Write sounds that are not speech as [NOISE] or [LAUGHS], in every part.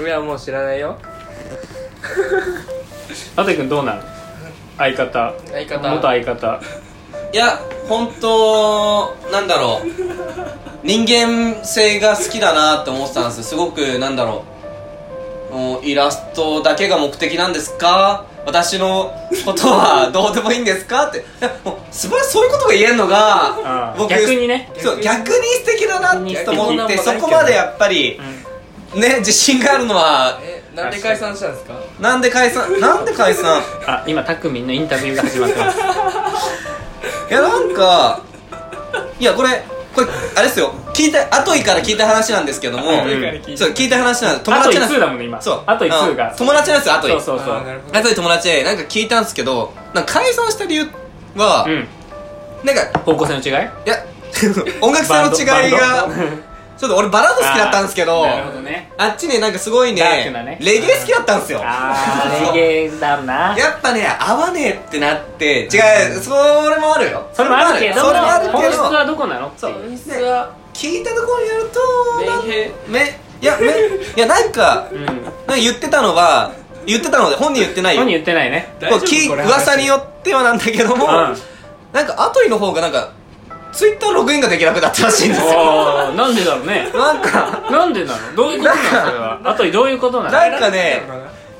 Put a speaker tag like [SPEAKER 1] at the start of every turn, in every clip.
[SPEAKER 1] 俺はもう知らないよ
[SPEAKER 2] 達也君どうなん相方
[SPEAKER 1] 相方
[SPEAKER 2] 元相
[SPEAKER 3] [LAUGHS]
[SPEAKER 2] 方
[SPEAKER 3] いや本当なんだろう人間性が好きだなって思ってたんですすごくなんだろうもうイラストだけが目的なんですか私のことはどうでもいいんですかっていやもう素晴らしいそういうことが言えるの
[SPEAKER 2] あ
[SPEAKER 3] が
[SPEAKER 2] ー
[SPEAKER 3] 僕
[SPEAKER 2] 逆にね
[SPEAKER 3] そう逆に素敵だなって思って
[SPEAKER 1] 逆
[SPEAKER 3] そ
[SPEAKER 1] に
[SPEAKER 3] こまでやっぱりね自信があるのは
[SPEAKER 1] えなんで解散したんですか
[SPEAKER 3] なんで解散なんで解散
[SPEAKER 2] あ今たくみんのインタビューが始
[SPEAKER 3] [LAUGHS]
[SPEAKER 2] まってます
[SPEAKER 3] いやなんかいやこれこれあれですよ聞いた後いから聞いた話なんですけども
[SPEAKER 2] 後いから
[SPEAKER 1] 聞いた
[SPEAKER 3] そう聞いた話なんで
[SPEAKER 2] あ
[SPEAKER 3] す
[SPEAKER 2] と
[SPEAKER 3] なんで
[SPEAKER 2] 2
[SPEAKER 3] す
[SPEAKER 2] だもんね今
[SPEAKER 3] そう
[SPEAKER 2] あと2が
[SPEAKER 3] あ友達なんですよ後い
[SPEAKER 2] そうそうそ
[SPEAKER 1] あーな
[SPEAKER 2] う
[SPEAKER 1] るほど
[SPEAKER 3] 後い友達でなんか聞いたんですけどなんか解散した理由は、
[SPEAKER 2] うん
[SPEAKER 3] なんか
[SPEAKER 2] 方向性の違い
[SPEAKER 3] いや [LAUGHS] 音楽性の違い
[SPEAKER 2] バンド
[SPEAKER 3] が
[SPEAKER 2] バンド
[SPEAKER 3] ちょっと俺バラード好きだったんですけ
[SPEAKER 2] [LAUGHS]
[SPEAKER 3] ど
[SPEAKER 2] なるほどね
[SPEAKER 3] あっちねなんかすごいね
[SPEAKER 2] ダークなね
[SPEAKER 3] レゲエ好きだったんですよ
[SPEAKER 2] あ
[SPEAKER 3] そ
[SPEAKER 2] あ
[SPEAKER 3] う
[SPEAKER 2] レゲエだな
[SPEAKER 3] やっぱね合わねえってなって違うそれもあるよ
[SPEAKER 2] それもあるけど
[SPEAKER 3] それもあるけど
[SPEAKER 2] 本質はどこなのって
[SPEAKER 3] そ
[SPEAKER 2] いうう
[SPEAKER 1] 本質は
[SPEAKER 3] 聞いたところによると
[SPEAKER 1] メンヘ
[SPEAKER 3] めいやめいやなんか
[SPEAKER 2] うん
[SPEAKER 3] なんか言ってたのは言ってたので本人言ってないよ
[SPEAKER 2] 本人言ってないね
[SPEAKER 1] 大丈夫
[SPEAKER 3] こうき
[SPEAKER 1] これ話
[SPEAKER 3] 噂によってはなんだけども、
[SPEAKER 2] うん
[SPEAKER 3] なんかアトイの方がなんかツイッターログインができなくなったらしいんですよ
[SPEAKER 2] おーなんでだろうね
[SPEAKER 3] なんか
[SPEAKER 2] なんでなのどういうことなのそれ
[SPEAKER 3] [LAUGHS]
[SPEAKER 2] はあとどういうことなの
[SPEAKER 3] なんかね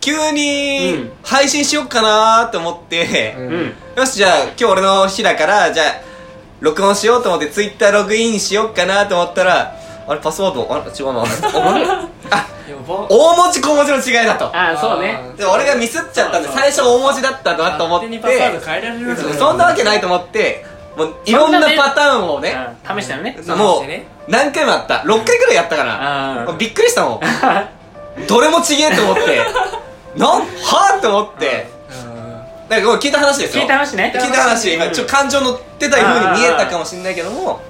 [SPEAKER 3] 急
[SPEAKER 2] う
[SPEAKER 3] に
[SPEAKER 2] ん
[SPEAKER 3] 配信しよっかなーって思って、
[SPEAKER 1] う
[SPEAKER 2] うん
[SPEAKER 3] よしじゃあ今日俺の日だからじゃあ録音しようと思ってツイッターログインしよっかなと思ったらあれパスワードあれ違うなあ
[SPEAKER 1] やば
[SPEAKER 3] 大文字小文字の違いだと
[SPEAKER 2] ああそうね
[SPEAKER 3] で俺がミスっちゃったんで最初大文字だったなと思って
[SPEAKER 1] 勝手にパスワード変えられるわけない
[SPEAKER 3] そんなわけないと思ってもういろんなパターンをね
[SPEAKER 2] うん試したのね
[SPEAKER 1] うん
[SPEAKER 3] も
[SPEAKER 1] そうね
[SPEAKER 3] う何回もやった6回ぐらいやったから
[SPEAKER 2] あー
[SPEAKER 3] もうびっくりしたもんどれもちげえと思
[SPEAKER 1] [LAUGHS]
[SPEAKER 3] ってなんはあと思ってだからこれ聞いた話です
[SPEAKER 2] [LAUGHS]
[SPEAKER 3] よ
[SPEAKER 2] 聞いた話ね
[SPEAKER 3] 聞いた話今ちょっと感情乗ってたように見えたかもしれないけども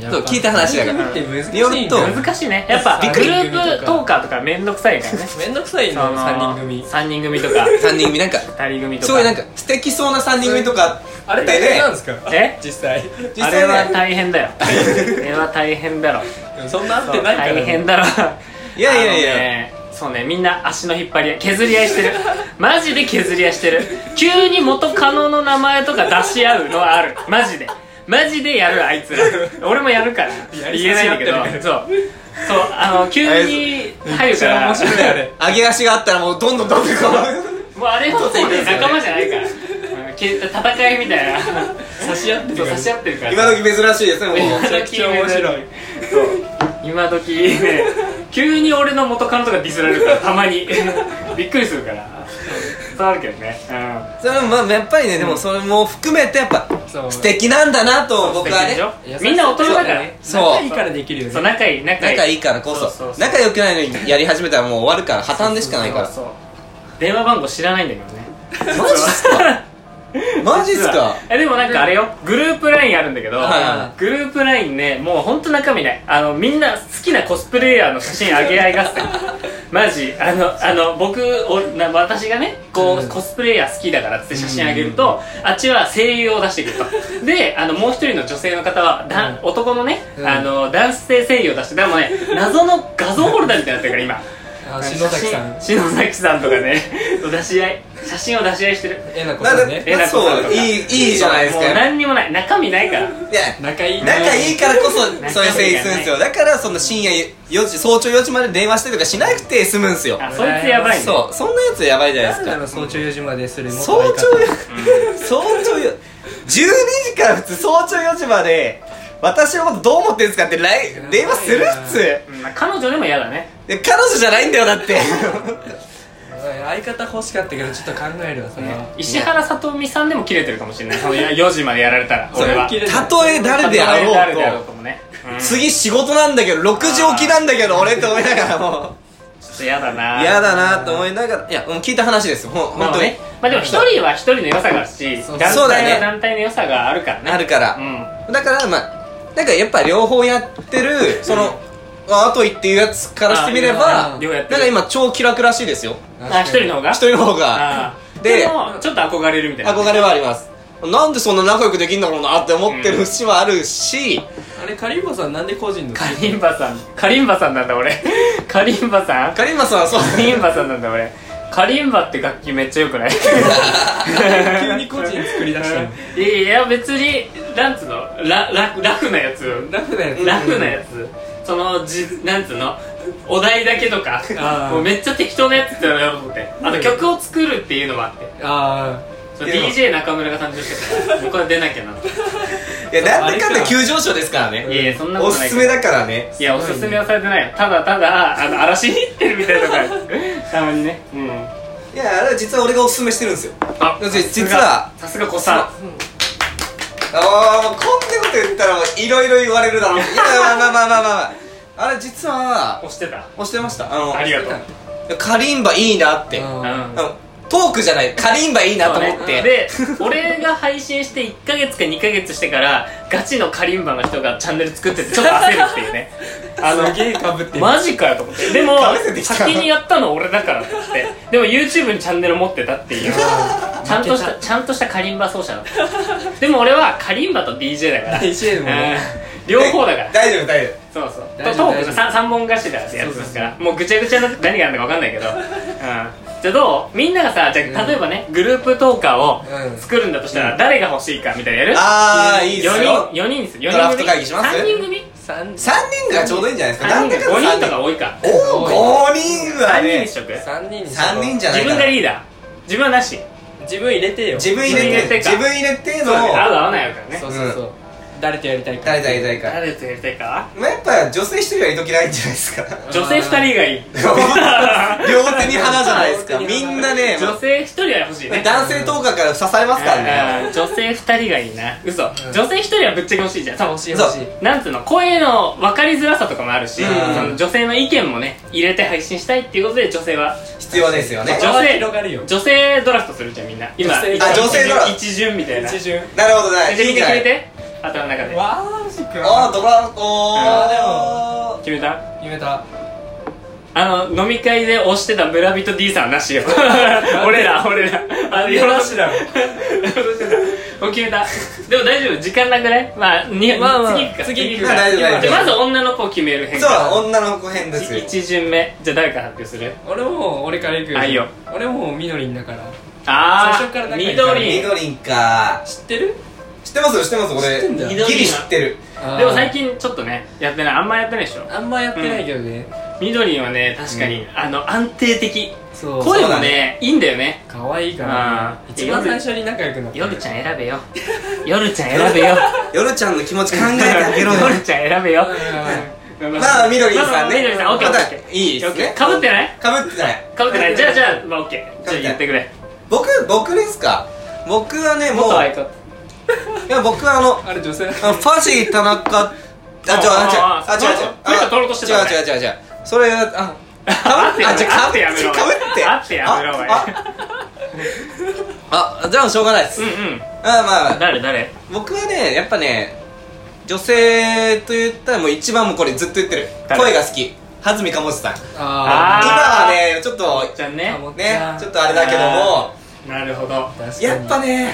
[SPEAKER 3] そう聞いた話だから
[SPEAKER 1] って難しい
[SPEAKER 3] によると
[SPEAKER 2] 難しいねやっぱ
[SPEAKER 1] びっ
[SPEAKER 2] グ
[SPEAKER 1] くり
[SPEAKER 2] ループトーカーとかめんどくさいからね
[SPEAKER 1] めんどくさいの3人組
[SPEAKER 2] 3人組と
[SPEAKER 3] [LAUGHS]
[SPEAKER 2] か
[SPEAKER 3] 3人組なんか
[SPEAKER 2] 2人組とか
[SPEAKER 3] すごいなんか素敵そうな3人組とか
[SPEAKER 1] あれ
[SPEAKER 3] で
[SPEAKER 1] 大変なん
[SPEAKER 3] ね
[SPEAKER 1] ですか
[SPEAKER 2] え
[SPEAKER 1] 実際
[SPEAKER 3] 実
[SPEAKER 2] あ
[SPEAKER 3] 際
[SPEAKER 2] れは
[SPEAKER 3] ね
[SPEAKER 2] 大変だよあれは大変だろ
[SPEAKER 1] そんなあって
[SPEAKER 2] そう
[SPEAKER 1] ないから
[SPEAKER 2] 大変だろ
[SPEAKER 3] いやいやいや
[SPEAKER 2] あのねそうねみんな足の引っ張り合い削り合いしてるマジで削り合いしてる急に元カノの名前とか出し合うのはあるマジでマジでやるあいつら俺もやるから
[SPEAKER 1] やり
[SPEAKER 2] 言え
[SPEAKER 1] さ
[SPEAKER 2] な
[SPEAKER 1] せ
[SPEAKER 2] いん
[SPEAKER 1] 合
[SPEAKER 2] だ
[SPEAKER 1] っ
[SPEAKER 2] け
[SPEAKER 1] て
[SPEAKER 2] ど
[SPEAKER 1] る
[SPEAKER 2] そうそうあの急に入るか
[SPEAKER 1] め
[SPEAKER 2] ら
[SPEAKER 1] っちゃ面白いあれ
[SPEAKER 3] 上げ足があったらもうどんどんどんどんこ
[SPEAKER 1] [LAUGHS]
[SPEAKER 3] う
[SPEAKER 2] もうあれもそうね仲間じゃないからうんけ戦いみたいな差し合ってるそう差し合ってるから
[SPEAKER 3] 今時珍しいですねもう
[SPEAKER 2] め
[SPEAKER 1] めちゃくちゃ面白い
[SPEAKER 2] そう今時ね急に俺の元カノとかディスられるからたまに [LAUGHS] びっくりするからそうあるけどね
[SPEAKER 3] それもまあやっぱりね、でもそれも含めてやっぱ
[SPEAKER 1] そう
[SPEAKER 3] 素敵なんだなと僕はね
[SPEAKER 2] ねみんな大人だから
[SPEAKER 3] そう
[SPEAKER 1] 仲いいからできるよね
[SPEAKER 2] そう仲いい仲いい
[SPEAKER 3] 仲いいからこそ
[SPEAKER 2] そうそうそう
[SPEAKER 3] 仲良くないのにやり始めたらもう終わるから破綻でしかないから
[SPEAKER 2] そうそう電話番号知らないんだけどね
[SPEAKER 3] マジっすかマジっすか
[SPEAKER 2] えでもなんかあれよグループラインあるんだけど、
[SPEAKER 3] はいは
[SPEAKER 2] グループラインねもうほんと中身ないあのみんな好きなコスプレイヤーの写真あげ合い合
[SPEAKER 1] [LAUGHS]
[SPEAKER 2] 戦マジあのあの僕おな私がねこう、
[SPEAKER 1] うん
[SPEAKER 2] コスプレイヤー好きだからって写真あげると、あっちは声優を出してくるとであのもう一人の女性の方はだ、男のね、
[SPEAKER 1] うん
[SPEAKER 2] あの男性声優を出してでもね謎の画像ホルダーみたいになってるから今
[SPEAKER 1] あ篠崎さん
[SPEAKER 2] 写真篠崎さんとかね [LAUGHS] 出し合い写真を出し合いしてる
[SPEAKER 1] えなこ
[SPEAKER 3] な
[SPEAKER 1] さ
[SPEAKER 3] ん
[SPEAKER 1] んね
[SPEAKER 3] でまあそういいいいじゃないですか
[SPEAKER 2] もう
[SPEAKER 3] い
[SPEAKER 2] 何にもない中身ないから
[SPEAKER 3] や
[SPEAKER 1] 仲いいね
[SPEAKER 3] 仲いいからこそそういう声優するんですよ
[SPEAKER 2] 仲
[SPEAKER 3] だからそんな深夜4時早朝4時まで電話したりとかしなくて済むんすよ
[SPEAKER 2] あそいつやばいね
[SPEAKER 3] そうそんなやつやばいじゃない
[SPEAKER 1] な
[SPEAKER 3] で
[SPEAKER 1] ん
[SPEAKER 3] す
[SPEAKER 1] な
[SPEAKER 3] か
[SPEAKER 1] の早朝4時までする
[SPEAKER 3] 早
[SPEAKER 2] [LAUGHS]
[SPEAKER 3] 朝よ早朝よ12時から普通早朝4時まで私のことどう思ってんすかってライン電話する普通
[SPEAKER 2] うんまあ彼女でも嫌だね
[SPEAKER 3] で彼女じゃないんだよだって
[SPEAKER 2] [LAUGHS]
[SPEAKER 1] 相方欲しかったけどちょっと考えるわそれは
[SPEAKER 2] 石原さとみさんでもキレてるかもしれないその4時までやられたら
[SPEAKER 3] そ
[SPEAKER 2] 俺
[SPEAKER 3] れ
[SPEAKER 2] は
[SPEAKER 3] たとえ誰であ
[SPEAKER 2] 誰であ
[SPEAKER 3] ろ
[SPEAKER 2] ろ
[SPEAKER 3] う
[SPEAKER 2] う
[SPEAKER 3] と
[SPEAKER 2] ともねうんちょ
[SPEAKER 3] 次仕事なんだけど6時起きなんだけど俺って思いながらも
[SPEAKER 2] っと嫌だな
[SPEAKER 3] う嫌だなと思いながらいやもう聞いた話ですほん
[SPEAKER 2] ま
[SPEAKER 3] 本
[SPEAKER 2] あ
[SPEAKER 3] 当に
[SPEAKER 2] ねまあでも一人は一人の良さがあるし
[SPEAKER 1] そう
[SPEAKER 2] 団体
[SPEAKER 3] そうだ
[SPEAKER 2] は
[SPEAKER 3] ね
[SPEAKER 2] 団体の良さがあるからね
[SPEAKER 3] なるから
[SPEAKER 2] うん
[SPEAKER 3] だからまあなんかやっぱ両方やってるそのあといっていうやつからしてみれ
[SPEAKER 1] あ
[SPEAKER 3] ば
[SPEAKER 2] 両方やってる
[SPEAKER 3] なんか今超気楽らしいですよ
[SPEAKER 2] あ一人の方が
[SPEAKER 3] 一人の方が
[SPEAKER 2] あー
[SPEAKER 3] で
[SPEAKER 2] でもちょっと憧れるみたいな
[SPEAKER 3] 憧れはありますなんでそんな仲良くできんだろうなって思ってる節はあるし、
[SPEAKER 1] あれカリンバさんなんで個人の
[SPEAKER 2] カリンバさんカリンバさんなんだ俺カリンバさんカ
[SPEAKER 3] カリンマさん
[SPEAKER 2] [LAUGHS]
[SPEAKER 3] はそう
[SPEAKER 2] リンバさんなんだ俺カリンバって楽器めっちゃよくない
[SPEAKER 1] 急に個人作り出したの
[SPEAKER 2] いやいや別になんつうのラララフなやつ
[SPEAKER 1] ラフなやつ
[SPEAKER 2] ラフなやつ、そのじなんつうのお題だけとか
[SPEAKER 1] あー
[SPEAKER 2] もうめっちゃ適当なやつってのよと思ってあと曲を作るっていうのもあって
[SPEAKER 1] あ
[SPEAKER 2] その DJ 中村が誕生してた僕は出なきゃなと思っ
[SPEAKER 3] いやなんだかんだ急上昇ですからね
[SPEAKER 2] ていやいやそんなこ
[SPEAKER 3] お
[SPEAKER 2] とない
[SPEAKER 3] す
[SPEAKER 2] け
[SPEAKER 3] す
[SPEAKER 2] ど
[SPEAKER 3] めだからね
[SPEAKER 2] いやおすすめはされてないよただただあの嵐に行ってるみたいなとこあるたまにねうん
[SPEAKER 3] いやあれは実は俺がおすすめしてるんですよ
[SPEAKER 2] あ
[SPEAKER 3] だって実は
[SPEAKER 2] さすが子さ
[SPEAKER 3] ああもうこんなこと言ったらもういろいろ言われるだろういやまあまあまあまあまあ、まあ、あれ実は
[SPEAKER 2] ん押してた
[SPEAKER 3] 押してましたあの
[SPEAKER 2] ありがとう
[SPEAKER 3] カリンバいいなって
[SPEAKER 1] あ
[SPEAKER 3] あ
[SPEAKER 2] う
[SPEAKER 1] ー
[SPEAKER 2] ん
[SPEAKER 3] のトークじゃないカリンバいいなと思って、
[SPEAKER 2] で俺が配信して1ヶ月か2ヶ月してからガチのカリンバの人がチャンネル作っててちょっと焦るっていうね
[SPEAKER 1] [LAUGHS]
[SPEAKER 2] あの
[SPEAKER 1] すげえかぶってる
[SPEAKER 2] マジかよと思ってでも
[SPEAKER 3] 被せてきた
[SPEAKER 2] 先にやったの俺だからって言ってでも YouTube にチャンネル持ってたっていうちゃん
[SPEAKER 1] [LAUGHS]
[SPEAKER 2] としたちゃんとしたカリンバ奏者だったでも俺はカリンバと DJ だから
[SPEAKER 1] DJ もね
[SPEAKER 2] うん両方だから
[SPEAKER 3] 大丈夫大丈
[SPEAKER 2] そうそうと
[SPEAKER 1] 大
[SPEAKER 2] ト
[SPEAKER 1] 丈夫
[SPEAKER 2] ーク
[SPEAKER 1] 大丈夫
[SPEAKER 2] さ三本頭だってやつですからもうぐちゃぐちゃになって何があるのか分かんないけど、うん、じゃあどうみんながさじゃあ例えばね、グループトーカーを
[SPEAKER 1] うん
[SPEAKER 2] 作るんだとしたら、誰が欲しいかみたいなやる
[SPEAKER 3] 夫ああいいですよ
[SPEAKER 2] 4人四人ですよ4人組
[SPEAKER 3] ドラフト会議します
[SPEAKER 2] 3人組
[SPEAKER 1] 三
[SPEAKER 3] 3人がちょうどいいんじゃないですか
[SPEAKER 2] 三人
[SPEAKER 3] なんだ
[SPEAKER 2] か5
[SPEAKER 3] だ
[SPEAKER 2] 人
[SPEAKER 3] 三
[SPEAKER 2] とか多いか
[SPEAKER 3] おお5人は
[SPEAKER 2] 3人
[SPEAKER 3] ね
[SPEAKER 2] にしとく
[SPEAKER 1] 三人にしよう
[SPEAKER 3] 3人じゃ
[SPEAKER 2] 自
[SPEAKER 3] ないか
[SPEAKER 2] 分
[SPEAKER 3] な
[SPEAKER 2] がリーダー自分はなし
[SPEAKER 1] 自分入れてよ
[SPEAKER 3] 自分入れ
[SPEAKER 2] 自
[SPEAKER 3] て自
[SPEAKER 2] 分
[SPEAKER 3] 分入れて
[SPEAKER 2] そう
[SPEAKER 3] の
[SPEAKER 2] だね合う合わないわからね
[SPEAKER 1] そうそうそう、誰とやりたいか
[SPEAKER 3] 誰だ誰だか
[SPEAKER 2] 誰とやりたいか
[SPEAKER 3] まあやっぱ女性一人は入れときないんじゃないですか
[SPEAKER 2] 女性2人がい [LAUGHS] い
[SPEAKER 3] 両手に花じゃないですか
[SPEAKER 1] 両手に
[SPEAKER 3] み
[SPEAKER 1] 花
[SPEAKER 3] んなね
[SPEAKER 2] 女性1人は欲しいね
[SPEAKER 3] 男性トーカーから支えますからね
[SPEAKER 2] うん女性2人がいいな嘘女性1人はぶっちゃけ欲しいじゃん
[SPEAKER 1] 楽しい欲しい
[SPEAKER 2] なんつうの声の分かりづらさとかもあるし、
[SPEAKER 3] うん
[SPEAKER 2] その女性の意見もね入れて配信したいっていうことで女性は
[SPEAKER 3] 必要ですよね
[SPEAKER 1] 女
[SPEAKER 2] 女性
[SPEAKER 1] 性広がるよ
[SPEAKER 2] 女性ドラフトするじゃんみんな今
[SPEAKER 1] 女性
[SPEAKER 2] 一
[SPEAKER 3] あ女性ドラフト
[SPEAKER 2] 一巡みたいな
[SPEAKER 1] 一
[SPEAKER 2] 聞
[SPEAKER 1] 巡
[SPEAKER 3] なるほどね
[SPEAKER 2] いて
[SPEAKER 3] いい
[SPEAKER 2] 聞い
[SPEAKER 3] じゃない
[SPEAKER 2] て頭の中で
[SPEAKER 1] わーマジ
[SPEAKER 3] ああ
[SPEAKER 1] か
[SPEAKER 3] ドラ
[SPEAKER 1] あ
[SPEAKER 3] お
[SPEAKER 2] 決めた
[SPEAKER 1] 決めた
[SPEAKER 2] あの飲み会で推してた村人 D さんなしよ俺ら俺らあの
[SPEAKER 1] よろしいだろ
[SPEAKER 2] もう決めたでも大丈夫時間なくないまあに、
[SPEAKER 1] まあまあ
[SPEAKER 2] 次行くか
[SPEAKER 1] 次行
[SPEAKER 3] くか大丈夫大
[SPEAKER 2] じ
[SPEAKER 3] 丈
[SPEAKER 2] ゃ
[SPEAKER 3] 夫
[SPEAKER 2] あまず女の子を決める変
[SPEAKER 3] ー
[SPEAKER 2] 化
[SPEAKER 3] そう女の子編ですよ
[SPEAKER 2] 一巡目じゃあ誰から発表する
[SPEAKER 1] 俺も俺から行く
[SPEAKER 2] あいいよ
[SPEAKER 1] 俺もみのりんだから
[SPEAKER 2] あ
[SPEAKER 1] 最初から
[SPEAKER 2] あ
[SPEAKER 1] 仲いい
[SPEAKER 2] 緑
[SPEAKER 1] から
[SPEAKER 2] で
[SPEAKER 3] みどりんか
[SPEAKER 1] 知ってる
[SPEAKER 3] 知ってますよ知ってます俺
[SPEAKER 1] 知ってんだ
[SPEAKER 3] ギリ知ってる
[SPEAKER 2] も最
[SPEAKER 1] 近
[SPEAKER 2] 近ちょっとねやってないあんまやってないでしょ
[SPEAKER 1] あんまやってないけどね、
[SPEAKER 2] 緑はね確かに、あの安定的
[SPEAKER 1] そう
[SPEAKER 2] 声
[SPEAKER 3] そ
[SPEAKER 2] も
[SPEAKER 3] うだ
[SPEAKER 2] ね
[SPEAKER 3] ね
[SPEAKER 2] いいんだよね
[SPEAKER 1] 可愛いから、
[SPEAKER 2] あ
[SPEAKER 1] ね、
[SPEAKER 2] ー
[SPEAKER 1] 一番最初に仲良くなった
[SPEAKER 2] 夜ちゃん選べよ夜ちゃん選 [LAUGHS] べよ
[SPEAKER 3] 夜ちゃんの気持ち考えてあげろよ
[SPEAKER 2] [LAUGHS] 夜ちゃん選べよ
[SPEAKER 3] まあみどりんさんね
[SPEAKER 2] みどりさんオッケーオッケーオッケ
[SPEAKER 3] ま
[SPEAKER 2] ー
[SPEAKER 3] たいいですね
[SPEAKER 2] かぶってない
[SPEAKER 3] かぶってない
[SPEAKER 2] かぶってないじゃあじゃあまあオッケーじゃあ言ってくれ
[SPEAKER 3] 僕僕ですか僕はねも
[SPEAKER 2] 元相
[SPEAKER 3] う
[SPEAKER 2] 方
[SPEAKER 3] いや僕はあの
[SPEAKER 1] あれ女性
[SPEAKER 3] あのファジー田中あ違う
[SPEAKER 2] ああ
[SPEAKER 3] あ違うあ違う違う
[SPEAKER 2] これこれ取ろうとしてた
[SPEAKER 3] 違う違う違う違うそれあ
[SPEAKER 2] [LAUGHS] あってや
[SPEAKER 3] あ
[SPEAKER 2] め
[SPEAKER 3] じゃ
[SPEAKER 2] ろ
[SPEAKER 3] あ
[SPEAKER 2] あってやめろ
[SPEAKER 3] かぶって
[SPEAKER 2] あってやめろお前
[SPEAKER 3] ああじゃあしょうがないです、
[SPEAKER 2] うんうん
[SPEAKER 3] あまあ
[SPEAKER 2] 誰誰
[SPEAKER 3] 僕はねやっぱね女性と言ったらもう一番もうこれずっと言ってる
[SPEAKER 2] 誰
[SPEAKER 3] 声が好きはずみかもちさん今
[SPEAKER 2] あー
[SPEAKER 3] はねちょっと
[SPEAKER 2] じゃんね
[SPEAKER 1] かも
[SPEAKER 3] ねちょっとあれだけども
[SPEAKER 2] なるほど
[SPEAKER 1] 確かに
[SPEAKER 3] やっぱね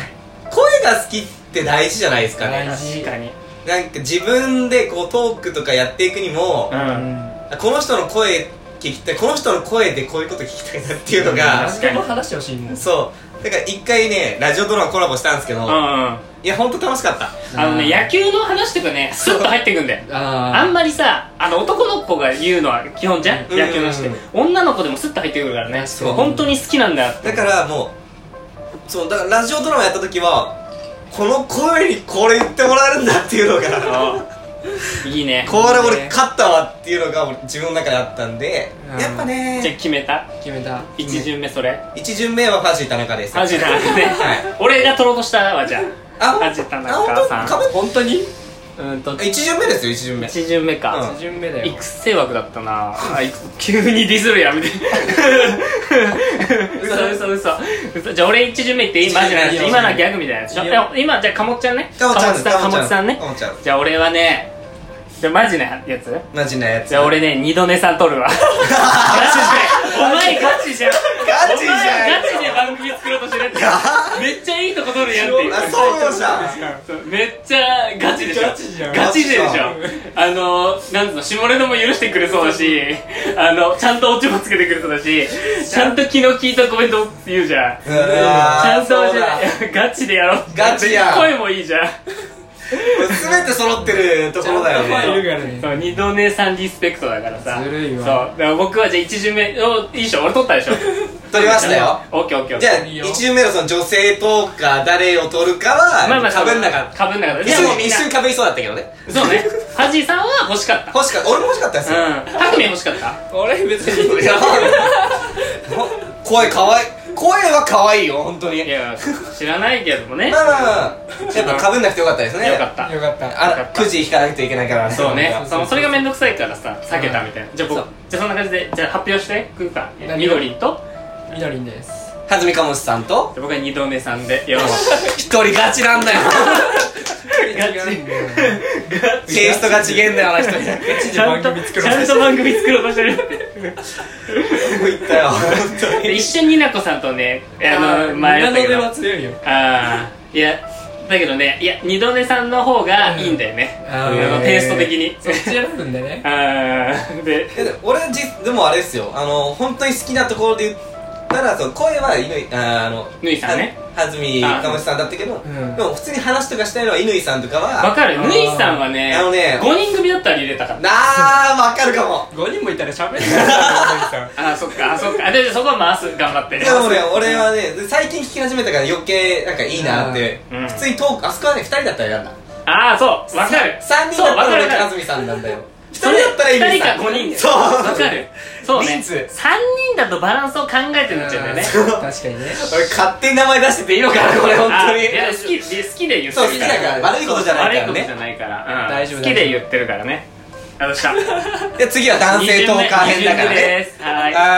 [SPEAKER 3] 声が好きって大事じゃないですかね
[SPEAKER 1] 大事
[SPEAKER 2] 確かに
[SPEAKER 3] なんか自分でこうトークとかやっていくにも、
[SPEAKER 2] う
[SPEAKER 1] うんん
[SPEAKER 3] この人の声聞きたいこの人の声でこういうこと聞きたいなっていうのが、
[SPEAKER 1] 何でも話してほしいもん
[SPEAKER 3] そうだから一回ねラジオドラマコラボしたんですけど、
[SPEAKER 2] うんうん
[SPEAKER 3] いや本当楽しかった
[SPEAKER 2] あのね野球の話とかねスッと入ってくんだよあ
[SPEAKER 1] あ
[SPEAKER 2] んまりさあの男の子が言うのは基本じゃん、
[SPEAKER 3] うん
[SPEAKER 2] 野球の話って、女の子でもスッと入ってくるからね
[SPEAKER 1] そう
[SPEAKER 2] 本当に好きなんだよって
[SPEAKER 3] だからもうそうだからラジオドラマやった時はこの声にこれ言ってもらえるんだっていうの
[SPEAKER 2] [LAUGHS]
[SPEAKER 3] が
[SPEAKER 2] そういいね
[SPEAKER 3] これ俺勝ったわっていうのが俺自分の中であったんで、
[SPEAKER 1] うん
[SPEAKER 3] やっぱ
[SPEAKER 2] じゃあ
[SPEAKER 3] ね
[SPEAKER 2] 決めた
[SPEAKER 1] あ決めた
[SPEAKER 2] 一巡目それ
[SPEAKER 3] 一巡目はファジー田中です
[SPEAKER 2] マジ田中ね
[SPEAKER 3] はい
[SPEAKER 2] 俺が取ろうとしたわじゃ
[SPEAKER 3] あ
[SPEAKER 2] あジー田中さん
[SPEAKER 3] あ本
[SPEAKER 1] 本当にうんと
[SPEAKER 3] 当一巡目ですよ一巡
[SPEAKER 2] あ
[SPEAKER 3] 目
[SPEAKER 2] 一巡目か
[SPEAKER 1] 1、巡目だよ
[SPEAKER 2] 育成枠だったなあい急にディスるやめて嘘嘘嘘嘘じゃあ俺一巡目いっていいマジな話
[SPEAKER 1] いいよ
[SPEAKER 2] 今のはギャグみたいなやつでしょ
[SPEAKER 1] いい
[SPEAKER 2] い
[SPEAKER 1] よ
[SPEAKER 2] や今じゃあかもっちゃんね
[SPEAKER 3] かもちゃん
[SPEAKER 2] さんかもちさんね
[SPEAKER 3] かもちゃん
[SPEAKER 2] じゃあ俺はねじゃあマジなやつ
[SPEAKER 3] マジなやつ
[SPEAKER 2] じゃあ俺ね、二度寝さん取るわ。ガチじゃん。お前ガチじゃん。
[SPEAKER 3] ガチじゃ
[SPEAKER 2] お
[SPEAKER 3] ん
[SPEAKER 2] 前ガチで番組作ろうとしてるやつめっちゃいいとこ取るやんっていう。
[SPEAKER 3] あそうそうじゃん
[SPEAKER 2] そうめっちゃガチでしょ
[SPEAKER 1] ガチじゃん
[SPEAKER 2] ガチ勢でしょ
[SPEAKER 3] ガチだ
[SPEAKER 2] あのなんつうの下ネタも許してくれそうだしあのちゃんとオチもつけてくれそうだしちゃんと気の利いたコメントって言うじゃんち
[SPEAKER 3] うわ
[SPEAKER 2] ゃん
[SPEAKER 3] ー
[SPEAKER 2] と
[SPEAKER 3] そうだ
[SPEAKER 2] じゃんガチでやろう
[SPEAKER 3] ガチやん
[SPEAKER 2] 声もいいじゃん
[SPEAKER 3] 全て揃ってるところだよ
[SPEAKER 1] ちゃんとファイ
[SPEAKER 3] ね
[SPEAKER 1] ルがね
[SPEAKER 2] そう二度姉さんリスペクトだからさ
[SPEAKER 1] ずるいわ
[SPEAKER 2] そうだから僕はじゃあ1巡目おいいでしょ俺取ったでしょ
[SPEAKER 3] 撮りましたよ
[SPEAKER 2] オッケーオッケーオッケー
[SPEAKER 3] じゃあ
[SPEAKER 1] いいよ
[SPEAKER 3] 1巡目のその女性とか誰を取るか
[SPEAKER 2] まあま
[SPEAKER 3] は
[SPEAKER 2] あ
[SPEAKER 3] かぶんなかった
[SPEAKER 2] かぶんなかったじ
[SPEAKER 3] 一
[SPEAKER 2] ゃあもう
[SPEAKER 3] 瞬
[SPEAKER 2] みん
[SPEAKER 3] 一
[SPEAKER 2] な
[SPEAKER 3] 瞬かぶりそうだったけどね
[SPEAKER 2] そうねハジさんは欲しかった
[SPEAKER 3] 欲しかった俺も欲しかったですよ、
[SPEAKER 2] うんタクミン欲しかった
[SPEAKER 1] 俺別に
[SPEAKER 3] いや声かわいい声はかわいいよ本当に
[SPEAKER 2] いや知らないけどもね
[SPEAKER 3] まあまあまあやっぱかぶんなくてよかったですね
[SPEAKER 2] よかった
[SPEAKER 1] よかった
[SPEAKER 3] あらくじ引かなくちゃいけないから
[SPEAKER 2] そうね
[SPEAKER 1] そうそうそう
[SPEAKER 2] そのそれが面倒くさいからさ避けたみたいなじゃあ
[SPEAKER 3] そ
[SPEAKER 2] 僕
[SPEAKER 3] う
[SPEAKER 2] じゃあそんな感じでじゃあ発表してくるか
[SPEAKER 1] 何を
[SPEAKER 2] 緑と
[SPEAKER 1] みどりんです
[SPEAKER 3] はずみかもしさんと
[SPEAKER 2] じゃあ僕は二度目さんでよろし
[SPEAKER 1] [LAUGHS]
[SPEAKER 3] 一人勝ちなんだよ
[SPEAKER 2] ガチ
[SPEAKER 3] [LAUGHS] テイストが違えんだよあの人に
[SPEAKER 1] ガチ
[SPEAKER 2] く
[SPEAKER 1] で
[SPEAKER 2] ちゃ
[SPEAKER 1] 番
[SPEAKER 2] んと
[SPEAKER 1] 組作
[SPEAKER 2] ち
[SPEAKER 1] ろ
[SPEAKER 2] ゃ
[SPEAKER 1] うんと
[SPEAKER 2] と番組作ろうとしてる
[SPEAKER 3] 言ったよ本当に
[SPEAKER 2] で一瞬になこさんとねあの
[SPEAKER 1] 前
[SPEAKER 2] 前や
[SPEAKER 1] の
[SPEAKER 2] ったけ
[SPEAKER 1] で
[SPEAKER 2] ど
[SPEAKER 1] は強いよ
[SPEAKER 2] ああいやだけどねいや二度寝さんの方がいいんだよね、
[SPEAKER 1] うん
[SPEAKER 2] あ
[SPEAKER 1] あー
[SPEAKER 2] のテイスト的に
[SPEAKER 1] そっち選ぶんでね
[SPEAKER 2] ああで
[SPEAKER 3] えでも俺じでもあれですよあの本当に好きなところで言ったらその声は乾ああの
[SPEAKER 2] ぬいさんね
[SPEAKER 3] ははずみかもしさんだったけど、
[SPEAKER 1] ん
[SPEAKER 3] でも普通に話とかしたいのは乾さんとかは
[SPEAKER 2] わかる
[SPEAKER 1] あー
[SPEAKER 2] ぬいさんはね
[SPEAKER 3] あのね
[SPEAKER 2] 5人組だったら入れたかっ
[SPEAKER 3] なあわかるかも
[SPEAKER 1] 5人もいたら喋る [LAUGHS] から
[SPEAKER 2] たあーそっかあそっかあでそこは回す頑張って
[SPEAKER 3] でもね俺はね最近聞き始めたから余計なんかいいなって、
[SPEAKER 2] うん
[SPEAKER 3] 普通にトークあそこはね2人だったら嫌だ
[SPEAKER 2] ああそうわかる
[SPEAKER 3] 3人
[SPEAKER 2] そ
[SPEAKER 3] だ
[SPEAKER 2] う
[SPEAKER 3] っ
[SPEAKER 2] わ
[SPEAKER 3] た
[SPEAKER 2] からる
[SPEAKER 3] 俺
[SPEAKER 2] わ
[SPEAKER 3] か
[SPEAKER 2] か
[SPEAKER 3] ず
[SPEAKER 2] る
[SPEAKER 3] みさんなんだよ1人
[SPEAKER 2] そ
[SPEAKER 3] だ
[SPEAKER 2] れ
[SPEAKER 3] ったら乾
[SPEAKER 2] 2人
[SPEAKER 3] さん
[SPEAKER 2] か5人で
[SPEAKER 3] そう
[SPEAKER 2] わかるそうね
[SPEAKER 3] 人数
[SPEAKER 2] 3人だとバランスを考えてなっちゃうんだよね
[SPEAKER 1] 確かにね
[SPEAKER 3] 俺勝手に名前出してていいのかなこれ本
[SPEAKER 2] あ
[SPEAKER 3] 当
[SPEAKER 2] ー
[SPEAKER 3] に
[SPEAKER 2] いや好きで好きで言って
[SPEAKER 3] そう好き
[SPEAKER 2] るか
[SPEAKER 3] だ
[SPEAKER 2] ら
[SPEAKER 3] から悪いことじゃないか
[SPEAKER 2] 悪い
[SPEAKER 3] ら
[SPEAKER 2] ことじ
[SPEAKER 3] ね
[SPEAKER 2] ゃないから、うん、
[SPEAKER 1] 大丈夫
[SPEAKER 2] 好きで言ってるからねあどうした
[SPEAKER 3] で次は男性トーカー編だから
[SPEAKER 2] 二巡目
[SPEAKER 3] ね
[SPEAKER 2] ですはーい
[SPEAKER 3] はい